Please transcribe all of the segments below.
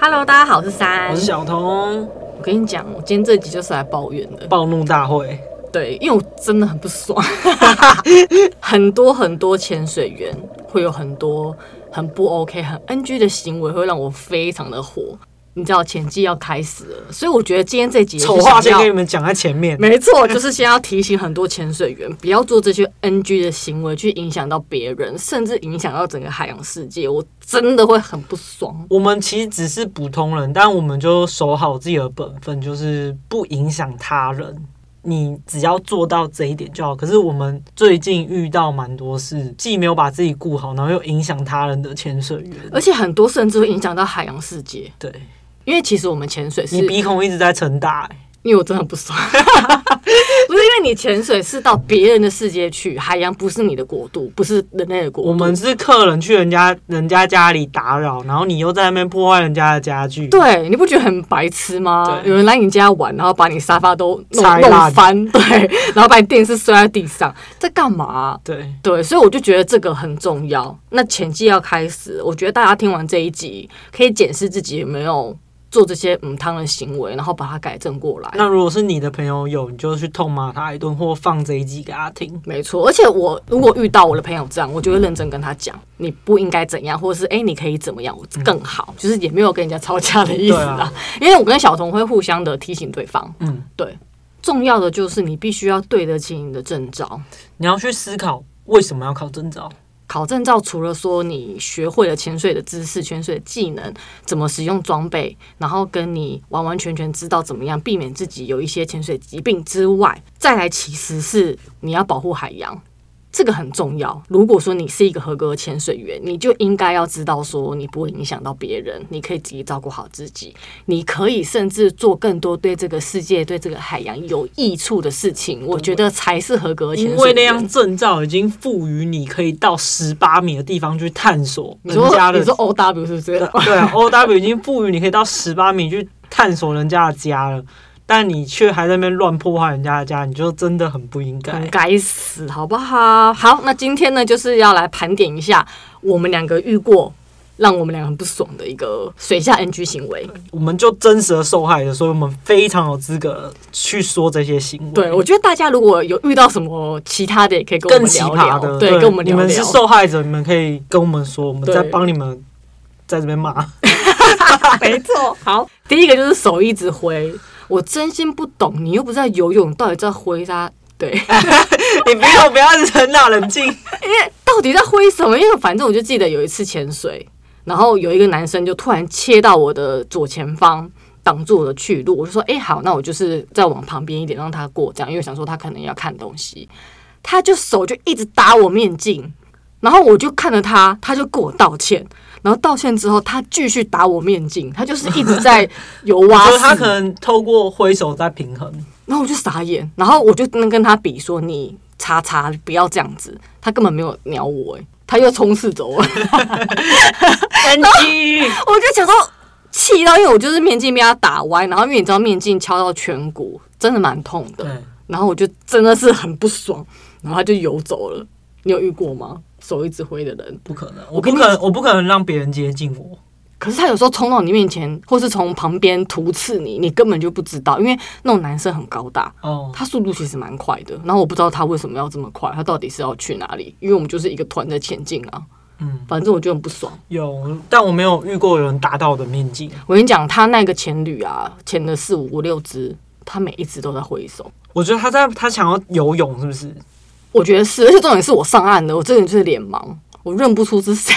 Hello，大家好，我是三。我是小童，我跟你讲，我今天这集就是来抱怨的。暴怒大会。对，因为我真的很不爽， 很多很多潜水员会有很多很不 OK、很 NG 的行为，会让我非常的火。你知道前季要开始了，所以我觉得今天这集丑话是先想给要你们讲在前面。没错，就是先要提醒很多潜水员不要做这些 NG 的行为，去影响到别人，甚至影响到整个海洋世界。我真的会很不爽。我们其实只是普通人，但我们就守好自己的本分，就是不影响他人。你只要做到这一点就好。可是我们最近遇到蛮多事，既没有把自己顾好，然后又影响他人的潜水员。而且很多甚至会影响到海洋世界，对因为其实我们潜水是你鼻孔一直在撑大、欸，因为我真的很不爽， 不是因为你潜水是到别人的世界去，海洋不是你的国度，不是人类的国度。我们是客人去人家人家家里打扰，然后你又在那边破坏人家的家具。对，你不觉得很白痴吗？对有人来你家玩，然后把你沙发都弄拆烂弄翻， 对，然后把你电视摔在地上，在干嘛、对，对，所以我就觉得这个很重要。那前期要开始，我觉得大家听完这一集，可以检视自己有没有做这些嗯汤的行为，然后把它改正过来。那如果是你的朋友有，你就去痛骂他一顿，或放这一集给他听。没错，而且我如果遇到我的朋友这样，我就会认真跟他讲，你不应该怎样，或者是哎、诶你可以怎么样更好，就是也没有跟人家吵架的意思啦。嗯对啊因为我跟小童会互相的提醒对方，嗯，对，重要的就是你必须要对得起你的证照。你要去思考为什么要考证照。考证照除了说你学会了潜水的知识、潜水的技能，怎么使用装备，然后跟你完完全全知道怎么样避免自己有一些潜水疾病之外，再来其实是你要保护海洋，这个很重要。如果说你是一个合格的潜水员，你就应该要知道说你不会影响到别人，你可以自己照顾好自己，你可以甚至做更多对这个世界、对这个海洋有益处的事情。我觉得才是合格的潜水因员。为那样证照已经赋予你可以到十八米的地方去探索你人说家的你，说 O W 是不是？ 对啊，O W 已经赋予你可以到十八米去探索人家的家了，但你却还在那边乱破坏人家的家，你就真的很不应该很。该死，好不好？好，那今天呢，就是要来盘点一下我们两个遇过让我们两个很不爽的一个水下 NG 行为。我们就真实的受害者，所以我们非常有资格去说这些行为。对，我觉得大家如果有遇到什么其他的，也可以跟我更们奇聊葩聊，的，对，跟我们你聊们是聊。 受害者，你们可以跟我们说，我们对在帮你们在这 边骂。没错，好，第一个就是手一直挥，我真心不懂，你又不是在游泳，到底在挥啥？对。你不要不要人老冷 静。到底在挥什么？因为反正我就记得有一次潜水，然后有一个男生就突然切到我的左前方，挡住我的去路。我就说：“哎、好，那我就是再往旁边一点让他过，这样，因为想说他可能要看东西。”他就手就一直打我面镜，然后我就看着他，他就跟我道歉。然后道歉之后，他继续打我面镜，他就是一直在游蛙就是式。他可能透过挥手在平衡，然后我就傻眼，然后我就跟跟他比说：“你叉叉，不要这样子。”他根本没有鸟我、哎，他又冲刺走了。 NG，我就想说气到，因为我就是面镜被他打歪，然后因为你知道面镜敲到颧骨，真的蛮痛 对的。，然后我就真的是很不爽，然后他就游走了。你有遇过吗？手一直挥的人，不可能，我我跟不你可能，我不可能让别人接近我。可是他有时候冲到你面前，或是从旁边突刺你，你根本就不知道，因为那种男生很高大，哦，他速度其实蛮快的。然后我不知道他为什么要这么快，他到底是要去哪里？因为我们就是一个团在前进啊。嗯，反正我就很不爽。有，但我没有遇过有人打到我的面镜。我跟你讲，他那个前侣啊，前了四五六只，他每一只都在挥手。我觉得他在他想要游泳，是不是？我觉得是，而且重点是我上岸的，我这个人就是脸盲，我认不出是 谁，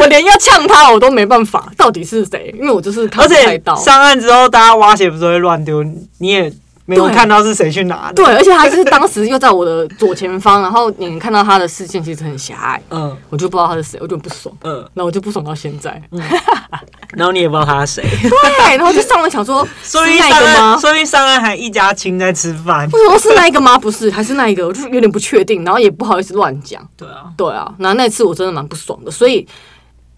我连要呛他我都没办法，到底是谁？因为我就是看而不太且到。上岸之后，大家挖鞋不是会乱丢，你也没有对看到是谁去拿的。对，而且他就是当时又在我的左前方，然后你能看到他的视线其实很狭隘，嗯我就不知道他是谁，我就很不爽，嗯，然后我就不爽到现在。然后你也不知道他是谁，对，然后就上来想说，是说不定上那个吗岸，？说不定上岸还一家亲在吃饭。为什么是那一个吗？不是，还是那一个？我就是有点不确定，然后也不好意思乱讲。对啊，对啊，那那次我真的蛮不爽的，所以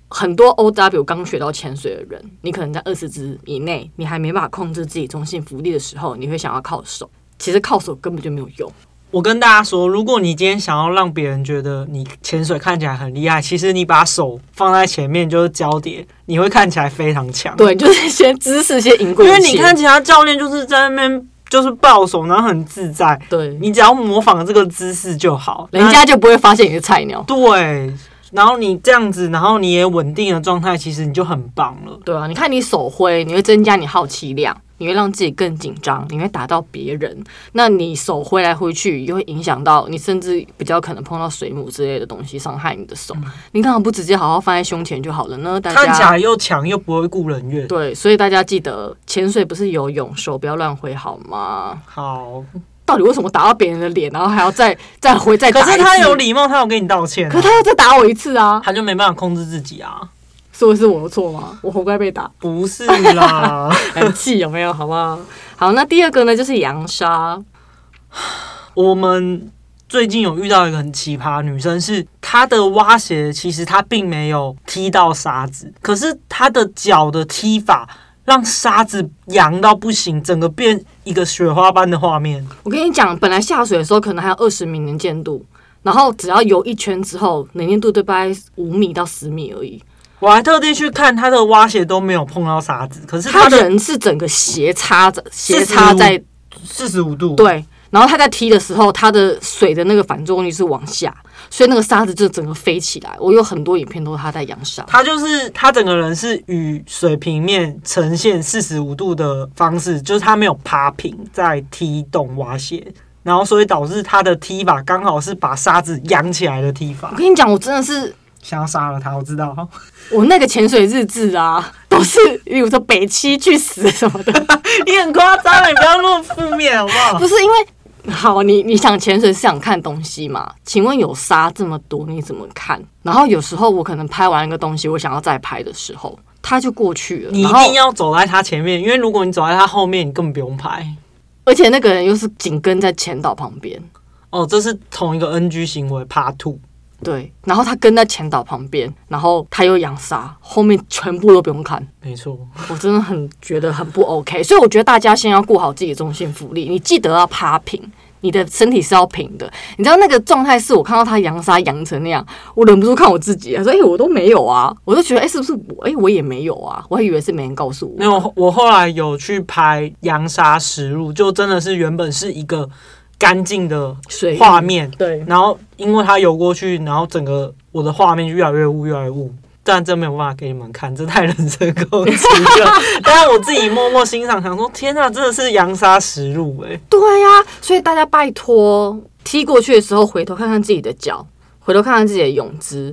很多 OW 刚学到潜水的人，你可能在二十支以内，你还没办法控制自己中性浮力的时候，你会想要靠手，其实靠手根本就没有用。我跟大家说，如果你今天想要让别人觉得你潜水看起来很厉害，其实你把手放在前面就是交叠，你会看起来非常强。，对，就是先姿势先赢过一因切，为你看其他教练就是在那边就是抱手，然后很自在，对，你只要模仿这个姿势就好。人家就不会发现你是菜鸟那。对，然后你这样子，然后你也稳定的状态，其实你就很棒了。对啊，你看你手挥，你会增加你好奇量，你会让自己更紧张，你会打到别人。那你手挥来挥去，也会影响到你，甚至比较可能碰到水母之类的东西，伤害你的手。你干嘛不直接好好放在胸前就好了呢？大看起家来又强又不会顾人怨。对，所以大家记得潜水不是游泳，手不要乱挥好吗？好，到底为什么打到别人的脸，然后还要再 再挥哎再打可一次？是他有礼貌，他有跟你道歉、可啊，他要再打我一次啊！他就没办法控制自己啊。是不是我的错吗？我活该被打。不是啦，很气有没有？好不好？好，那第二个呢，就是扬沙。 我们最近有遇到一个很奇葩的女生是，她的蛙鞋其实她并没有踢到沙子，可是她的脚的踢法让沙子扬到不行，整个变一个雪花般的画面。我跟你讲，本来下水的时候可能还有二十米能见度，然后只要游一圈之后，能见度对大概五米到十米而已。我还特地去看她的蛙鞋都没有碰到沙子，可是他她的人是整个斜插着，斜插在四十五度，，对，然后他在踢的时候，他的水的那个反作用力是往下，所以那个沙子就整个飞起来。我有很多影片都是他在扬沙。她就是她整个人是与水平面呈现四十五度的方式，就是她没有爬平在踢动蛙鞋，然后所以导致她的踢法刚好是把沙子扬起来的踢法我。跟你讲，我真的是想要杀了她，我知道。我那个潜水日志啊，都是比如说北七去死什么的， 你很夸张了，你不要那么负面好不好？不是因为好，你你想潜水是想看东西嘛？请问有沙这么多，你怎么看？然后有时候我可能拍完一个东西，我想要再拍的时候，它就过去了。 你一然后定，要走在她前面，因为如果你走在她后面，你根本不用拍。而且那个人又是紧跟在前导旁边，哦，这是同一个 NG 行为，爬兔。对，然后他跟在前导旁边，然后他又扬沙，后面全部都不用看，没错，我真的很觉得很不 OK。所以我觉得大家先要顾好自己的中性福利，你记得要趴平。你的身体是要平的，你知道那个状态是我看到他扬沙扬成那样，我忍不住看我自己，他说：“哎、我都没有啊！”我就觉得：“哎、是不是我？哎、我也没有啊！”我还以为是没人告诉我。那我我后来有去拍扬沙实录，就真的是原本是一个干净的水画面，对，然后因为它游过去，然后整个我的画面就越来越雾，越来越雾。但真没有办法给你们看，这太人身攻击了。但是我自己默默欣赏，想说天啊，真的是扬沙实录哎、对呀、啊所以大家拜托，踢过去的时候回头看看自己的脚，回头看看自己的泳姿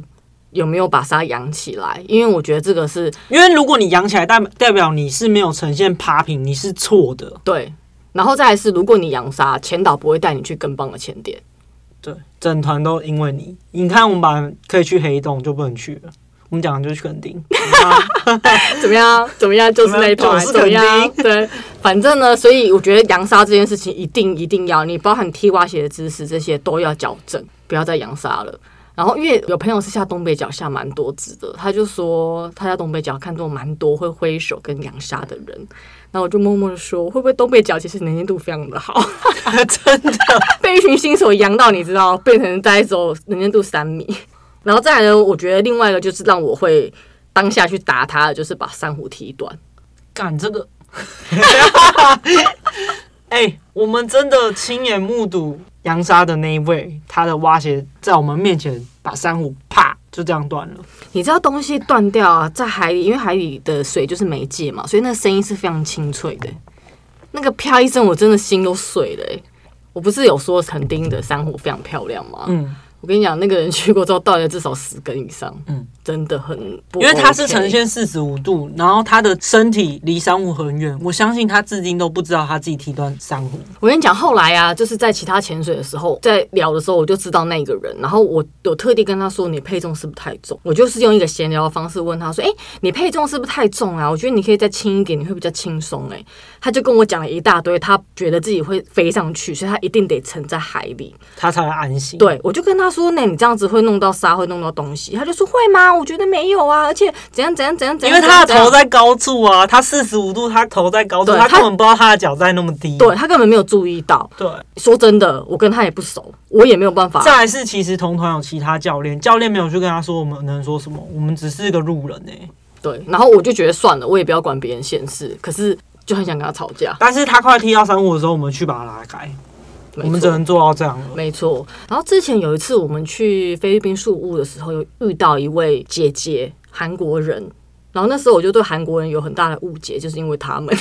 有没有把沙扬起来，因为我觉得这个是因为如果你扬起来，代代表你是没有呈现趴平，你是错的。对。然后再来是，如果你扬沙，前导不会带你去更棒的前点。 对，整团都因为你。你看，我们把可以去黑洞就不能去了。我们讲的就是肯定，怎么样？怎么样？就是那一团，就是怎肯么定样？对，反正呢，所以我觉得扬沙这件事情一定一定要，你包含踢蛙鞋的姿势这些都要矫正，不要再扬沙了。然后，因为有朋友是下东北角下蛮多只的，他就说他在东北角看到蛮多会挥手跟扬沙的人，然后我就默默的说，会不会东北角其实能见度非常的好，真的。被一群新手扬到，你知道，变成大概只有能见度三米。 然后再来呢，我觉得另外一个就是让我会当下去打他的，就是把珊瑚踢断。干这个， 哎、我们真的亲眼目睹扬沙的那一位，他的蛙鞋在我们面前把珊瑚啪就这样断了。你知道东西断掉啊，在海里，因为海里的水就是媒介嘛，所以那个声音是非常清脆的。那个啪一声，我真的心都碎了、欸。我不是有说垦丁的珊瑚非常漂亮吗？嗯，我跟你讲，那个人去过之后，断了至少十根以上，嗯真的很不、因为他是呈，现四十五度，然后他的身体离珊瑚很远，我相信他至今都不知道他自己踢断珊瑚。我跟你讲，后来啊，就是在其他潜水的时候，在聊的时候，我就知道那个人，然后我有特地跟他说，你配重是不是太重？我就是用一个闲聊的方式问他说，哎、你配重是不是太重啊？我觉得你可以再轻一点，你会比较轻松。哎，他就跟我讲了一大堆，他觉得自己会飞上去，所以他一定得沉在海里。他才会安心。，对，我就跟他他说：“那你这样子会弄到沙，会弄到东西。”他就说：“会吗？我觉得没有啊，而且怎样怎样怎样怎因样。”为他的怎样头在高处啊，他四十五度，他头在高处，对他他根本不知道他的脚在那么低。对他根本没有注意到。对，说真的，我跟他也不熟，我也没有办法。再来是其实同团有其他教练，教练没有去跟他说我们能说什么，我们只是个路人哎、对，然后我就觉得算了，我也不要管别人现事。可是就很想跟他吵架。但是他快踢到三五的时候，我们去把他拉开，没我们错只能做到这样了。没错。然后之前有一次我们去菲律宾宿务的时候，有遇到一位姐姐，韩国人。然后那时候我就对韩国人有很大的误解，就是因为他们。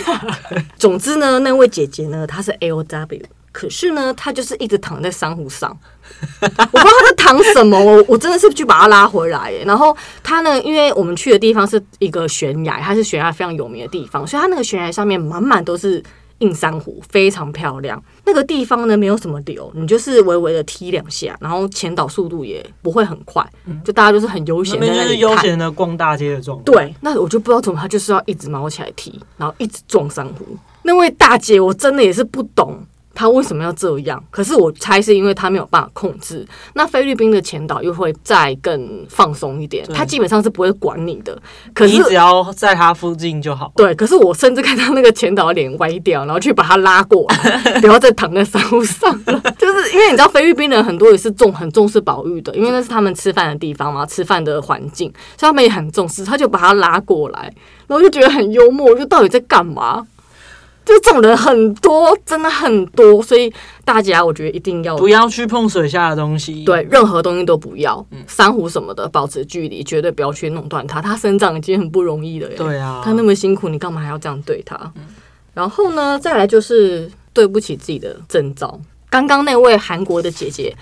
总之呢，那位姐姐呢，她是 L W，可是呢，她就是一直躺在珊瑚上， 我不知道她在躺什么，我我真的是去把她拉回来耶。然后她呢，因为我们去的地方是一个悬崖，它是悬崖非常有名的地方，所以它那个悬崖上面满满都是硬珊瑚，非常漂亮。那个地方呢，没有什么流，你就是微微的踢两下，然后潜导速度也不会很快，就大家就是很悠那闲在边就那是里悠看。闲的逛大街的状态。对，那我就不知道怎么，他就是要一直猫起来踢，然后一直撞珊瑚。那位大姐，我真的也是不懂她为什么要这样。可是我猜是因为她没有办法控制。那菲律宾的前导又会再更放松一点，对他基本上是不会管你的。可你是只要在他附近就好。对，可是我甚至看到那个前导的脸歪掉，然后去把他拉过来，不要再躺在珊瑚上了。 就是因为你知道菲律宾人很多也是重很重视保育的，因为那是他们吃饭的地方嘛，吃饭的环境，所以他们也很重视。他就把他拉过来，然后就觉得很幽默，就到底在干嘛？就这种人很多，真的很多，所以大家我觉得一定要不要去碰水下的东西。，对，任何东西都不要，嗯珊瑚什么的保持距离，绝对不要去弄断它。它生长已经很不容易了耶。对啊，他那么辛苦，你干嘛还要这样对他？嗯然后呢，再来就是对不起自己的征兆。刚刚那位韩国的姐姐，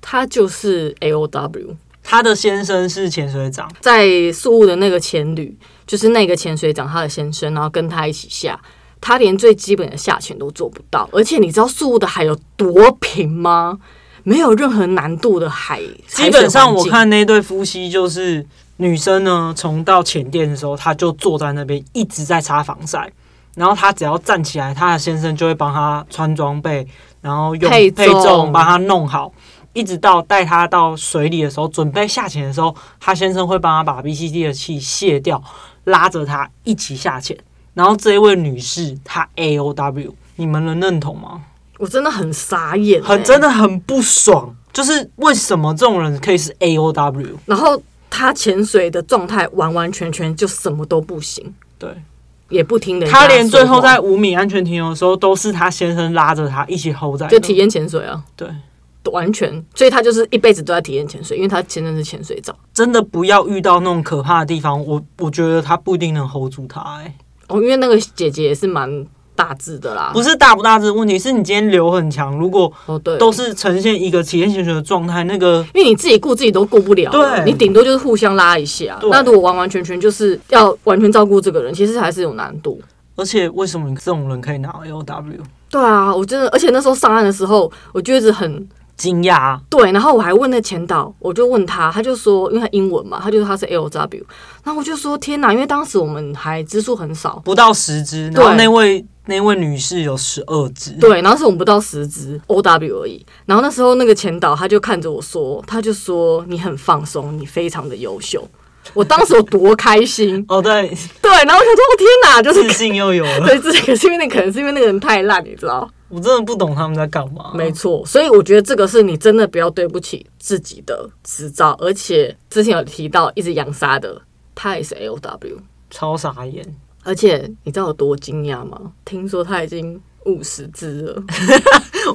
她就是 A O W，他的先生是潜水长，在宿务的那个前旅，就是那个潜水长他的先生，然后跟他一起下，他连最基本的下潜都做不到。而且你知道宿务的海有多平吗？没有任何难度的海，基本上海水环我境看那对夫妻就是女生呢，从到浅店的时候，她就坐在那边一直在擦防晒，然后她只要站起来，她的先生就会帮她穿装备，然后用配配重重帮她弄好。一直到带她到水里的时候，准备下潜的时候，她先生会帮她把 BCD 的气卸掉，拉着她一起下潜。然后这一位女士，她 AOW，你们能认同吗？我真的很傻眼、欸很真。的很不爽，嗯就是为什么这种人可以是 A O W？然后他潜水的状态完完全全就什么都不行。对也不听人家他连最后说话在五米安全停留的时候，都是他先生拉着他一起 hold 在那，就体验潜水啊，对，完全，所以他就是一辈子都在体验潜水，因为他前阵是潜水长真的不要遇到那种可怕的地方，我我觉得他不一定能 hold 住他、欸，哦，因为那个姐姐也是蛮大致的啦不，是大不大致的问题，是你今天流很强，如果哦对，都是呈现一个体验型的状态，那个因为你自己顾自己都顾不了了，你对顶多就是互相拉一下对。那如果完完全全就是要完全照顾这个人，其实还是有难度。而且为什么你这种人可以拿 A O W？对啊，我真的，而且那时候上岸的时候，我就一直很惊讶啊，对，然后我还问那前导，我就问他，他就说，因为他英文嘛，他就说他是 L W，然后我就说天哪，因为当时我们还支数很少，不到十只，然后对那位那位女士有十二只，，对，然后是我们不到十只 O W 而已。然后那时候那个前导他就看着我说，他就说你很放松，你非常的优秀。我当时有多开心哦对， 对，然后我想说，哦我天哪，就是自信又有了。对，这个是因为那可能是因为那个人太烂，你知道？我真的不懂他们在干嘛。没错，所以我觉得这个是你真的不要对不起自己的执照，而且之前有提到一直扬沙的，他也是 L W，超傻眼，而且你知道有多惊讶吗？听说他已经五十只了，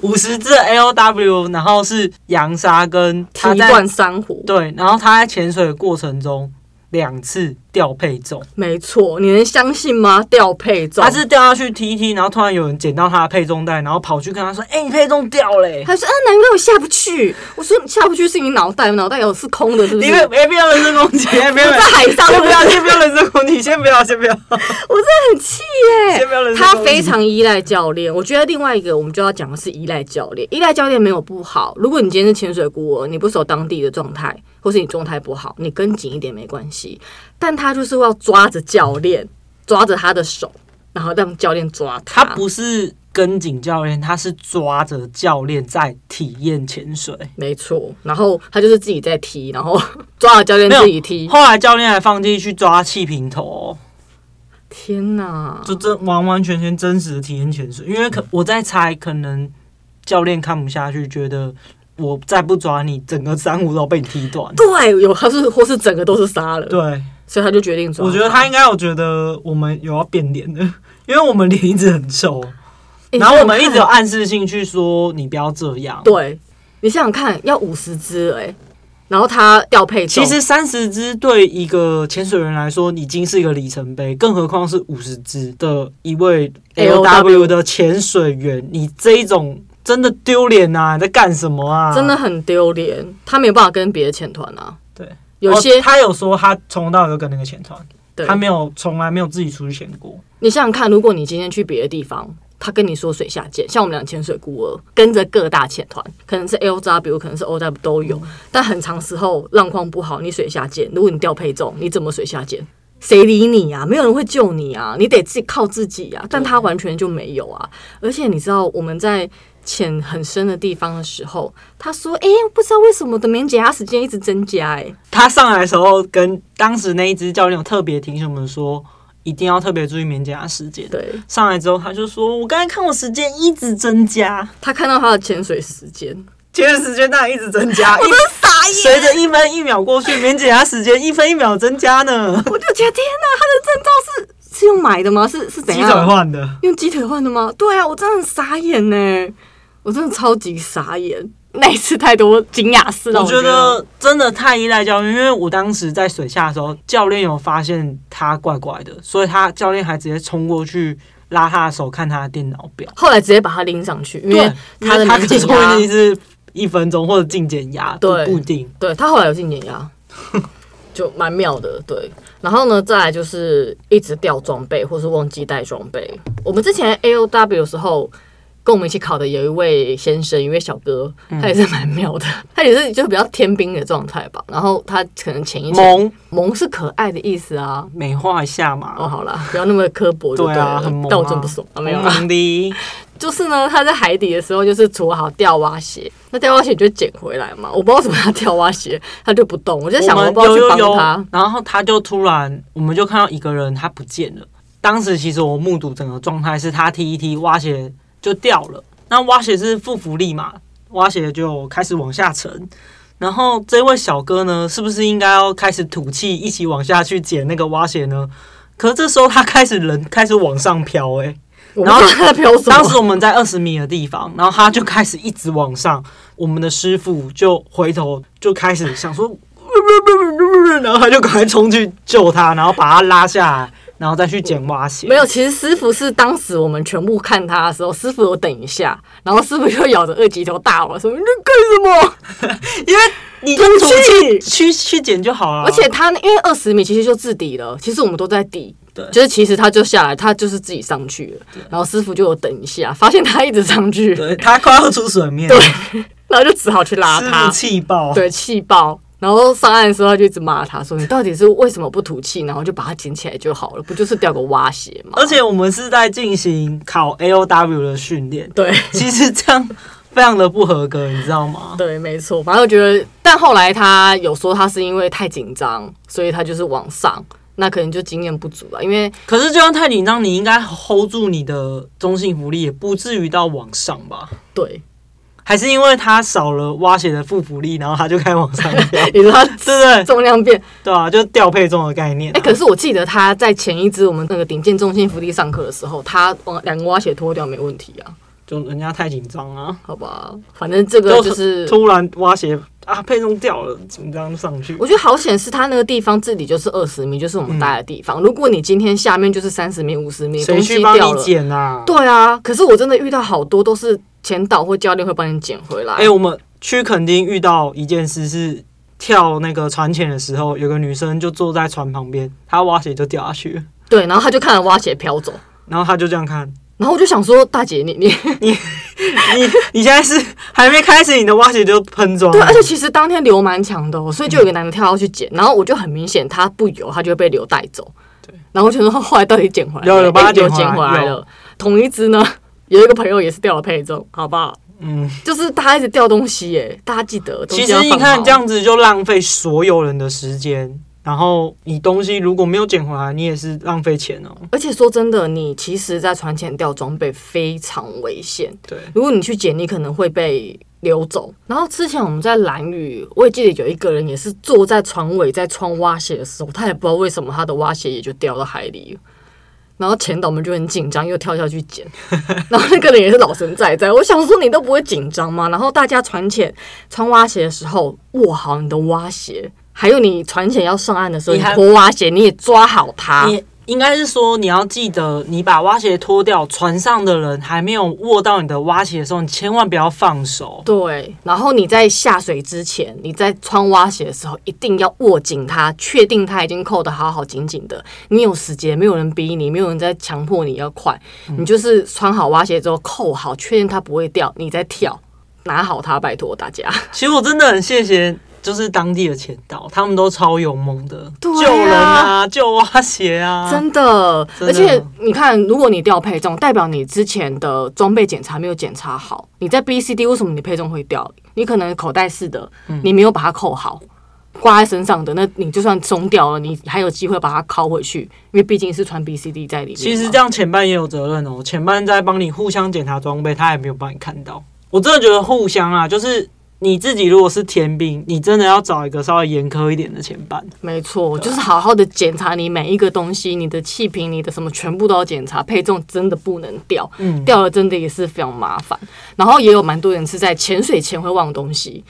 五十只 L W，然后是扬沙跟提他在冠珊瑚，对，然后他在潜水的过程中两次掉配重，没错，你能相信吗？调配重，他是掉下去 T T，然后突然有人捡到他的配重带，然后跑去跟他说：“哎、你配重掉欸嘞、他说啊，难怪我下不去。我说你下不去是你脑袋，脑袋有是空的，是不你是？们没必哎要人身攻 击，哎没必要我在海上，先我不要，先不要人身 攻击，先不要，先不要，我真的很气耶、先不要人身攻击。他非常依赖教练，我觉得另外一个我们就要讲的是依赖教练。依赖教练没有不好，如果你今天是潜水孤儿，你不熟当地的状态，或是你状态不好，你跟紧一点没关系。但他就是要抓着教练，抓着他的手，然后让教练抓他不是跟紧教练，他是抓着教练在体验潜水。没错。然后他就是自己在踢，然后 抓了教练没有自己踢。后来教练还放进去抓气瓶头哦、天哪！就真完完全全真实的体验潜水。因为嗯可我在猜，可能教练看不下去，觉得我再不抓你，整个珊瑚都被你踢断。对，有他是或是整个都是沙了，对，所以他就决定抓。哎我觉得他应该有觉得我们有要变脸的，因为我们脸一直很臭，诶然后我们一你直有暗示性去说你不要这样。，对，你想想看，要五十只哎，然后他调配重其实三十只对一个潜水员来说已经是一个里程碑，更何况是五十只的一位 L W 的潜水员，你这一种真的丢脸呐！你在干什么啊？真的很丢脸，他没有办法跟别的潜团啊。对，有些、哦他有说他从头到尾都跟那个潜团，对他没有从来没有自己出去潜过。你想想看，如果你今天去别的地方，他跟你说水下见，像我们俩潜水孤儿，跟着各大潜团，可能是 LW，可能是 OW 都嗯有，但很长时候浪况不好，你水下见，如果你掉配重，你怎么水下见？谁理你啊？没有人会救你啊！你得自己靠自己啊！但他完全就没有啊！而且你知道我们在潜很深的地方的时候，他说：“哎、不知道为什么我的免检压时间一直增加、诶他上来的时候跟当时那一支教练有特别提醒我们说，一定要特别注意免检压时间。对上来之后他就说，我刚才看我时间一直增加，他看到他的潜水时间，其实时间当然一直增加， 我都傻眼。随着一分一秒过去，免检压时间一分一秒增加呢，我就觉得天哪，他的证照是是用买的吗？是是怎样？换的。用鸡腿换的吗？对啊，我真的很傻眼呢，我真的超级傻眼。那一次太多惊讶事让我我觉得真的太依赖教练，因为我当时在水下的时候，教练有发现他怪怪的，所以他教练还直接冲过去拉他的手，看他的电脑表。后来直接把他拎上去，因为对，他的他免可是检问题压，是一分钟或者进减压，不对不一定。对他后来有进减 压，就蛮妙的。对，然后呢，再来就是一直掉装备，或是忘记带装备。我们之前 A O W 的时候。跟我们一起考的有一位先生，一位小哥，嗯他也是蛮妙的， 他也是就比较天兵的状态吧。然后他可能前一阵萌萌是可爱的意思啊。美化一下嘛，哦，好啦，不要那么刻薄就对了。啊，很萌、啊，嗯但我真不怂啊，没有萌啦。萌的，就是呢，他在海底的时候，就是除好吊蛙鞋，那吊蛙鞋就捡回来嘛。我不知道为什么他吊蛙鞋，他就不动。我就想，我们不知道有去有帮有他。，然后他就突然，我们就看到一个人他不见了。当时其实我目睹整个状态是他踢一踢蛙鞋就掉了，那蛙鞋是负浮力嘛，蛙鞋就开始往下沉。然后这位小哥呢，是不是应该要开始吐气，一起往下去捡那个蛙鞋呢？可是这时候他开始人开始往上飘、欸，我然后不知道他在飘什当时么？我们在二十米的地方，然后他就开始一直往上，我们的师傅就回头就开始想说，然后他就赶快冲去救他，然后把他拉下来，然后再去捡蛙鞋。没有，其实师傅是当时我们全部看他的时候，师傅有等一下，然后师傅就咬着二级头大吼说：“你在干什么你就就出出去去去去捡就好了。？”而且他因为二十米其实就至底了，其实我们都在底。对就是其实他就下来，他就是自己上去了，然后师傅就有等一下，发现他一直上去，对他快要出水面，对然后就只好去拉师他傅。气爆。对，气爆。然后上岸的时候，他就一直骂他说：“你到底是为什么不吐气？”然后就把它捡起来就好了，不就是掉个蛙鞋吗？而且我们是在进行考 A O W 的训练，对其实这样非常的不合格，你知道吗？对，没错。反正我觉得，但后来他有说他是因为太紧张，所以他就是往上，那可能就经验不足了。因为可是就算太紧张，你应该 hold 住你的中性浮力，也不至于到往上吧？对，还是因为它少了蛙鞋的负浮力，然后它就开始往上 掉，你说他对不对？重量变对啊，就调配中的概念、啊。哎、可是我记得他在前一支我们那个顶尖中心福利上课的时候，他往两个蛙鞋脱掉没问题啊，就人家太紧张啊，好吧？反正这个就是突然蛙鞋啊配重掉了，紧张上去。我觉得好险是它那个地方自己就是二十米，就是我们待的地方。如果你今天下面就是三十米、五十米，谁东西去帮掉你了，捡啊？对啊。可是我真的遇到好多都是前导或教练会帮你捡回来。哎、我们去垦丁遇到一件事是。跳那个船潜的时候，有个女生就坐在船旁边，她蛙鞋就掉下去了，对，然后他就看着蛙鞋飘走，然后她就这样看，然后我就想说，大姐你哦你你你现在是还没开始，你的蛙鞋就喷 装对，而且其实当天流蛮强的、哦，所以就有个男的跳下去嗯捡，然后我就很明显他不游，他就会被流带走。对，然后我就说后来到底捡回来没有有帮他哎有捡回来捡回来有了，同一只呢有一个朋友也是掉了配重，好不好？嗯，就是他一直掉东西耶，大家记得。东西其要实你放看好这，样子就浪费所有人的时间，然后你东西如果没有捡回来，你也是浪费钱哦、而且说真的，你其实，在船前掉装备非常危险。对，如果你去捡，你可能会被溜走。然后之前我们在蓝屿，我也记得有一个人也是坐在船尾在穿蛙鞋的时候，他也不知道为什么他的蛙鞋也就掉到海里了。然后前导们就很紧张，又跳下去 捡，然后那个人也是老神在在。我想说你都不会紧张吗？然后大家船前穿蛙鞋的时候握好你的蛙鞋，还有你船前要上岸的时候，你你还脱蛙鞋你也抓好它。你应该是说你要记得，你把蛙鞋脱掉，船上的人还没有握到你的蛙鞋的时候，你千万不要放手。对，然后你在下水之前，你在穿蛙鞋的时候，一定要握紧它，确定它已经扣得好好紧紧的。你有时间，没有人逼你，没有人在强迫你要快，你就是穿好蛙鞋之后扣好，确定它不会掉，你再跳，拿好它，拜托大家。 其实我真的很谢谢，就是当地的前导，他们都超勇猛的，对啊救人啊，救蛙鞋啊，真的，真而的且你看，如果你掉配重，代表你之前的装备检查没有检查好。你在 B、C、D，为什么你配重会掉？你可能口袋式的，嗯你没有把它扣好，挂在身上的，那你就算松掉了，你还有机会把它拷回去，因为毕竟是穿 B、C、D 在里面嘛。其实这样前半也有责任哦，前半在帮你互相检查装备，他也没有帮你看到。我真的觉得互相啊，就是你自己如果是天兵，你真的要找一个稍微严苛一点的前半。没错，就是好好的检查你每一个东西，你的气瓶、你的什么全部都要检查，配重真的不能掉，嗯掉了真的也是非常麻烦。然后也有蛮多人是在潜水前会忘东西，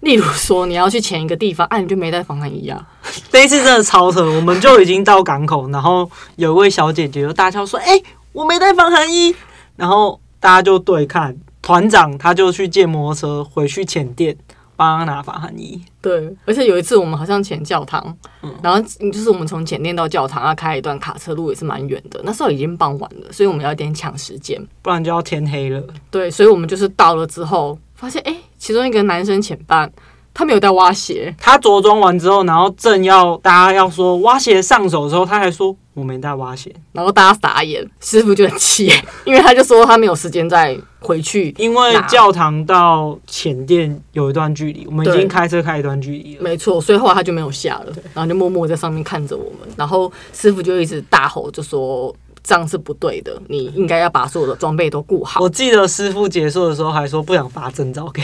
例如说你要去潜一个地方，啊，你就没带防寒衣啊，这一次真的超扯，我们就已经到港口，然后有一位小姐姐就大叫说：“哎、我没带防寒衣。”然后大家就对看，团长他就去借摩托车回去前店帮他拿防寒衣。对，而且有一次我们好像潜教堂，嗯然后就是我们从前店到教堂要开一段卡车路也是蛮远的，那时候已经傍晚了，所以我们要有点抢时间。不然就要天黑了，对，所以我们就是到了之后，发现哎、诶其中一个男生前半他没有带蛙鞋，他着装完之后，然后正要大家要说蛙鞋上手的时候，他还说我没带蛙鞋，然后大家傻眼，师傅就很气，因为他就说他没有时间再回去。因为哪教堂到前店有一段距离，我们已对经开车开一段距离了。没错，所以后来他就没有下了，然后就默默在上面看着我们。然后师傅就一直大吼，就说这样是不对的，你应该要把所有的装备都顾好。我记得师傅结束的时候还说不想发证照给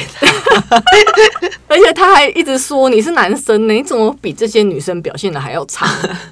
他，而且他还一直说你是男生呢，你怎么比这些女生表现的还要 差？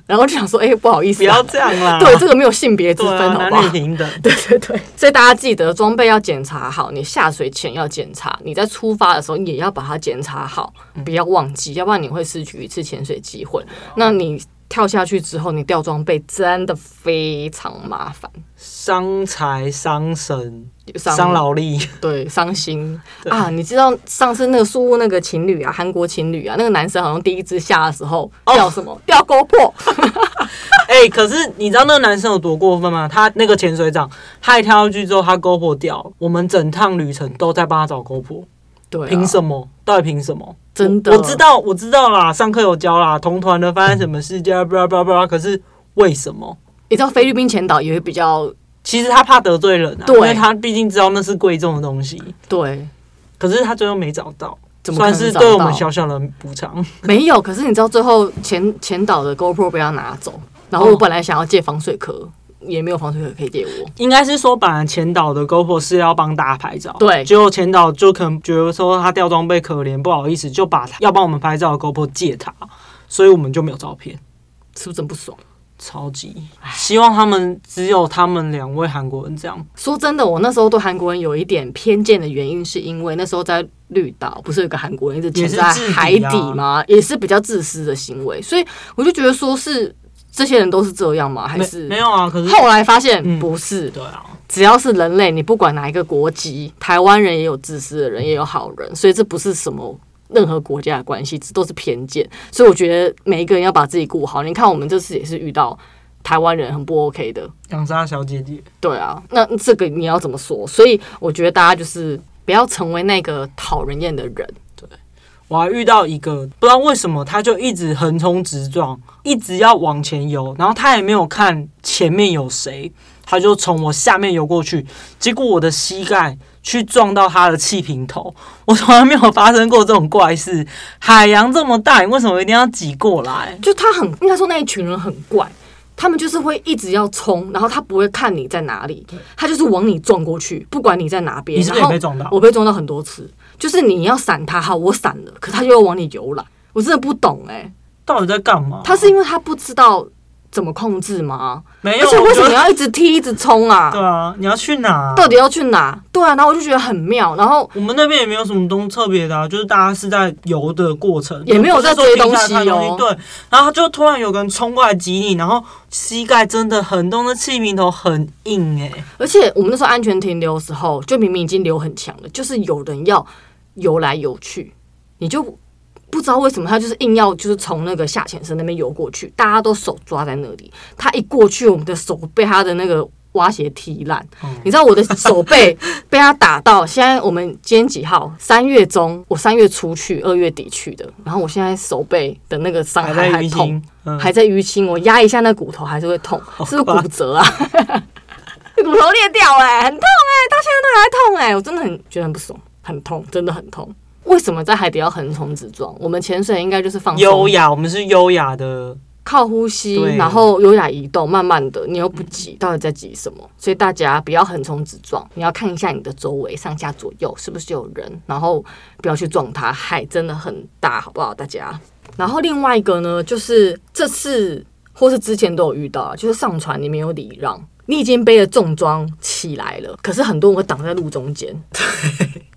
然后就想说，哎、不好意不思、要啊，这样啦。对，这个没有性别之 对分，好啊，不男女好？平等。 对对对，所以大家记得装备要检查好，你下水前要检查，你在出发的时候也要把它检查好，嗯不要忘记，要不然你会失去一次潜水机会。哦那你跳下去之后，你掉装备真的非常麻烦，伤财伤神伤伤劳力，对伤心对啊！你知道上次那个苏屋那个情侣啊，韩国情侣啊，那个男生好像第一次下的时候哦掉什么、掉钩破，哎、可是你知道那个男生有多过分吗？他那个潜水长，他一跳下去之后，他勾破掉了，我们整趟旅程都在帮他找勾破，对、啊，凭什么？到底凭什么？真的我，我知道，我知道啦，上课有教啦，同团的发生什么事件，啊巴拉巴拉巴拉。可是为什么？你知道菲律宾前岛也会比较其实他怕得罪人啊，对因为他毕竟知道那是贵重的东西。对，可是他最后没找到，怎么可算能是找对我到们小小的补偿。没有，可是你知道最后前前岛的 GoPro 被他拿走，然后我哦本来想要借防水壳，也没有防水壳可以借我。应该是说，本来前导的 GoPro 是要帮大家拍照，对结果前导就可能觉得说他掉装备可怜，不好意思，就把他要帮我们拍照的 GoPro 借他，所以我们就没有照片。是不是真不爽？超级希望他们只有他们两位韩国人这样，说真的，我那时候对韩国人有一点偏见的原因，是因为那时候在绿岛，不是有个韩国人一直潜在也是自海己啊底吗？也是比较自私的行为，所以我就觉得说是这些人都是这样吗？还没是没有啊？可是后来发现嗯不是，对啊，只要是人类，你不管哪一个国籍，台湾人也有自私的人，也有好人，所以这不是什么任何国家的关系，这都是偏见。所以我觉得每一个人要把自己顾好。你看，我们这次也是遇到台湾人很不 OK 的，养莎小姐姐。对啊，那这个你要怎么说？所以我觉得大家就是不要成为那个讨人厌的人。我还遇到一个不知道为什么他就一直横冲直撞，一直要往前游，然后他也没有看前面有谁，他就从我下面游过去，结果我的膝盖去撞到他的气瓶头，我从来没有发生过这种怪事。海洋这么大，你为什么一定要挤过来？就他很应该说那一群人很怪，他们就是会一直要冲，然后他不会看你在哪里，他就是往你撞过去，不管你在哪边。你是不是然也后被撞到？我被撞到很多次，就是你要闪他，好，我闪了，可他又要往你游来，我真的不懂哎、到底在干嘛？他是因为他不知道怎么控制吗？没而有？且为什我么觉得要一直踢一直冲啊？对啊，你要去哪？到底要去哪？对啊，然后我就觉得很妙，然后我们那边也没有什么东西特别的、啊，就是大家是在游的过程，也没有在追东西哦不是说停下来看东西对，然后他就突然有个人冲过来挤你，然后膝盖真的很痛，那气瓶头很硬哎、而且我们那时候安全停留的时候，就明明已经流很强了，就是有人要游来游去，你就不知道为什么他就是硬要就是从那个下潜深那边游过去，大家都手抓在那里，他一过去，我们的手被他的那个蛙鞋踢烂，你知道我的手背被他打到，现在我们今天几号？三月中，我三月初去，二月底去的，然后我现在手背的那个伤还在还还淤痛青，，嗯还在淤青，我压一下那骨头还是会痛，是不是骨折啊？ 骨头裂掉哎、很痛哎、到现在都还痛哎、我真的很觉得很不爽，很痛，真的很痛。为什么在海底要横冲直撞？我们潜水应该就是放优松，啊雅，我们是优雅的，靠呼吸，对嗯然后优雅移动，慢慢的，你又不急，到底在急什么？所以大家不要横冲直撞，你要看一下你的周围，上下左右是不是有人，然后不要去撞它。海真的很大，好不好，大家？然后另外一个呢，就是这次或是之前都有遇到啊，就是上船你没有礼让，你已经背着重装起来了，可是很多人会挡在路中 间。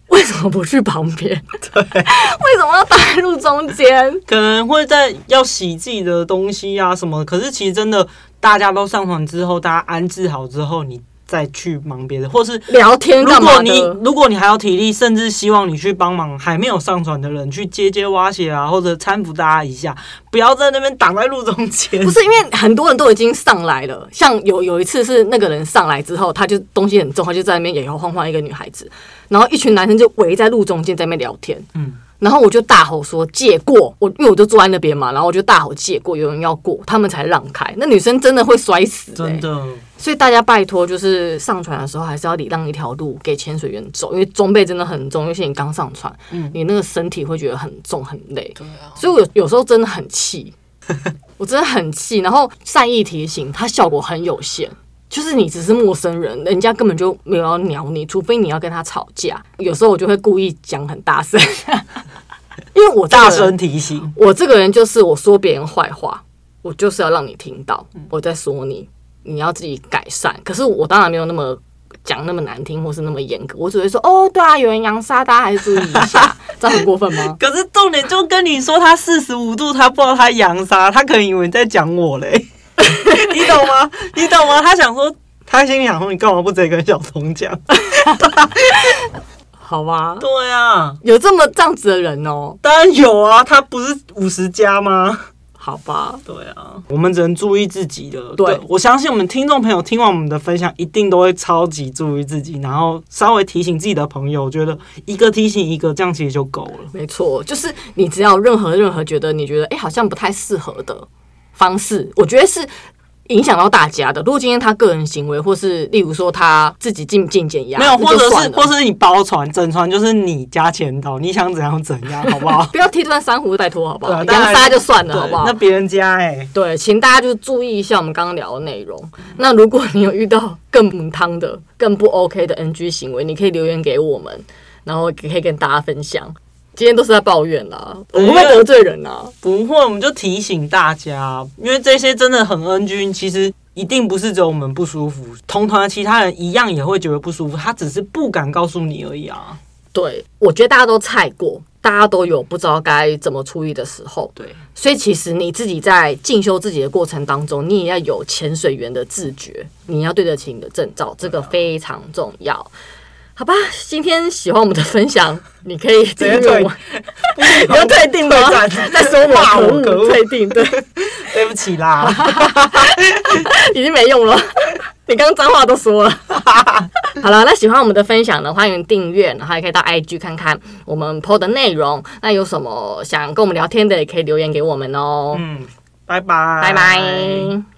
为什么不去旁边？对， 为什么要挡在路中间？可能会在要洗自己的东西啊什么，可是其实真的大家都上船之后，大家安置好之后，你再去忙别的，或是聊天如干嘛的？果你如果你还有体力，甚至希望你去帮忙还没有上船的人去接接蛙鞋啊，或者搀扶大家一下，不要在那边挡在路中间不。是因为很多人都已经上来了，像有有一次是那个人上来之后，他就东西很重，他就在那边摇摇晃晃一个女孩子，然后一群男生就围在路中间在那边聊天，嗯然后我就大吼说借过，我因为我就坐在那边嘛，然后我就大吼借过，有人要过，他们才让开，那女生真的会摔死、欸，真的，所以大家拜托，就是上船的时候还是要礼让一条路给潜水员走，因为装备真的很重，尤其你刚上船，嗯你那个身体会觉得很重很累。啊所以我有有时候真的很气， 我真的很气。然后善意提醒，它效果很有限。就是你只是陌生人，人家根本就没有要鸟你，除非你要跟他吵架。有时候我就会故意讲很大声， 因为我这个大人声提醒，我这个人就是我说别人坏话，我就是要让你听到嗯我在说你，你要自己改善。可是我当然没有那么讲那么难听或是那么严格，我只会说哦，对啊，有人扬沙，大家还是注意一 下，这样很过分吗？可是重点就跟你说，他四十五度，他不知道他扬沙，他可能以为你在讲我 嘞，你懂吗？你懂吗？他想说，他心里想说，你干嘛不直接跟小童讲？好吧，对啊，有这么这样子的人哦，当然有啊，他不是五十加吗？好吧，对啊，我们只能注意自己的。对我相信我们听众朋友听完我们的分享，一定都会超级注意自己，然后稍微提醒自己的朋友。我觉得一个提醒一个，这样其实就够了。没错，就是你只要有任何任何觉得你觉得哎、诶好像不太适合的方式，我觉得是影响到大家的。如果今天他个人行为，或是例如说他自己进进减压，没有，那或就者算是了或是你包船，整船就是你加钱岛，你想怎样怎样，好不好 ？不要踢断珊瑚，拜托好不对好？啊当然扬沙就算了，对好不好那？别人家哎、欸，对，请大家就注意一下我们刚刚聊的内容。嗯那如果你有遇到更母汤的、更不 OK 的 NG 行为，你可以留言给我们，然后可以跟大家分享。今天都是在抱怨啦，我对们会得罪人啊。不会，我们就提醒大家，因为这些真的很 NG，其实。一定不是只有我们不舒服，同团的其他人一样也会觉得不舒服，他只是不敢告诉你而已啊。对，我觉得大家都菜过，大家都有不知道该怎么处理的时候。对，所以其实你自己在进修自己的过程当中，你也要有潜水员的自觉，你要对得起你的证照，这个非常重要。好吧，今天喜欢我们的分享，你可以订阅我们，你要退订吗？ 再说我骂可我恶可恶退订，对，对不起啦。 已经没用了。你刚刚脏话都说了，好了，那喜欢我们的分享呢，欢迎订阅，然后也可以到 IG 看看我们 PO 的内容。那有什么想跟我们聊天的，也可以留言给我们哦。嗯嗯，拜拜，拜拜。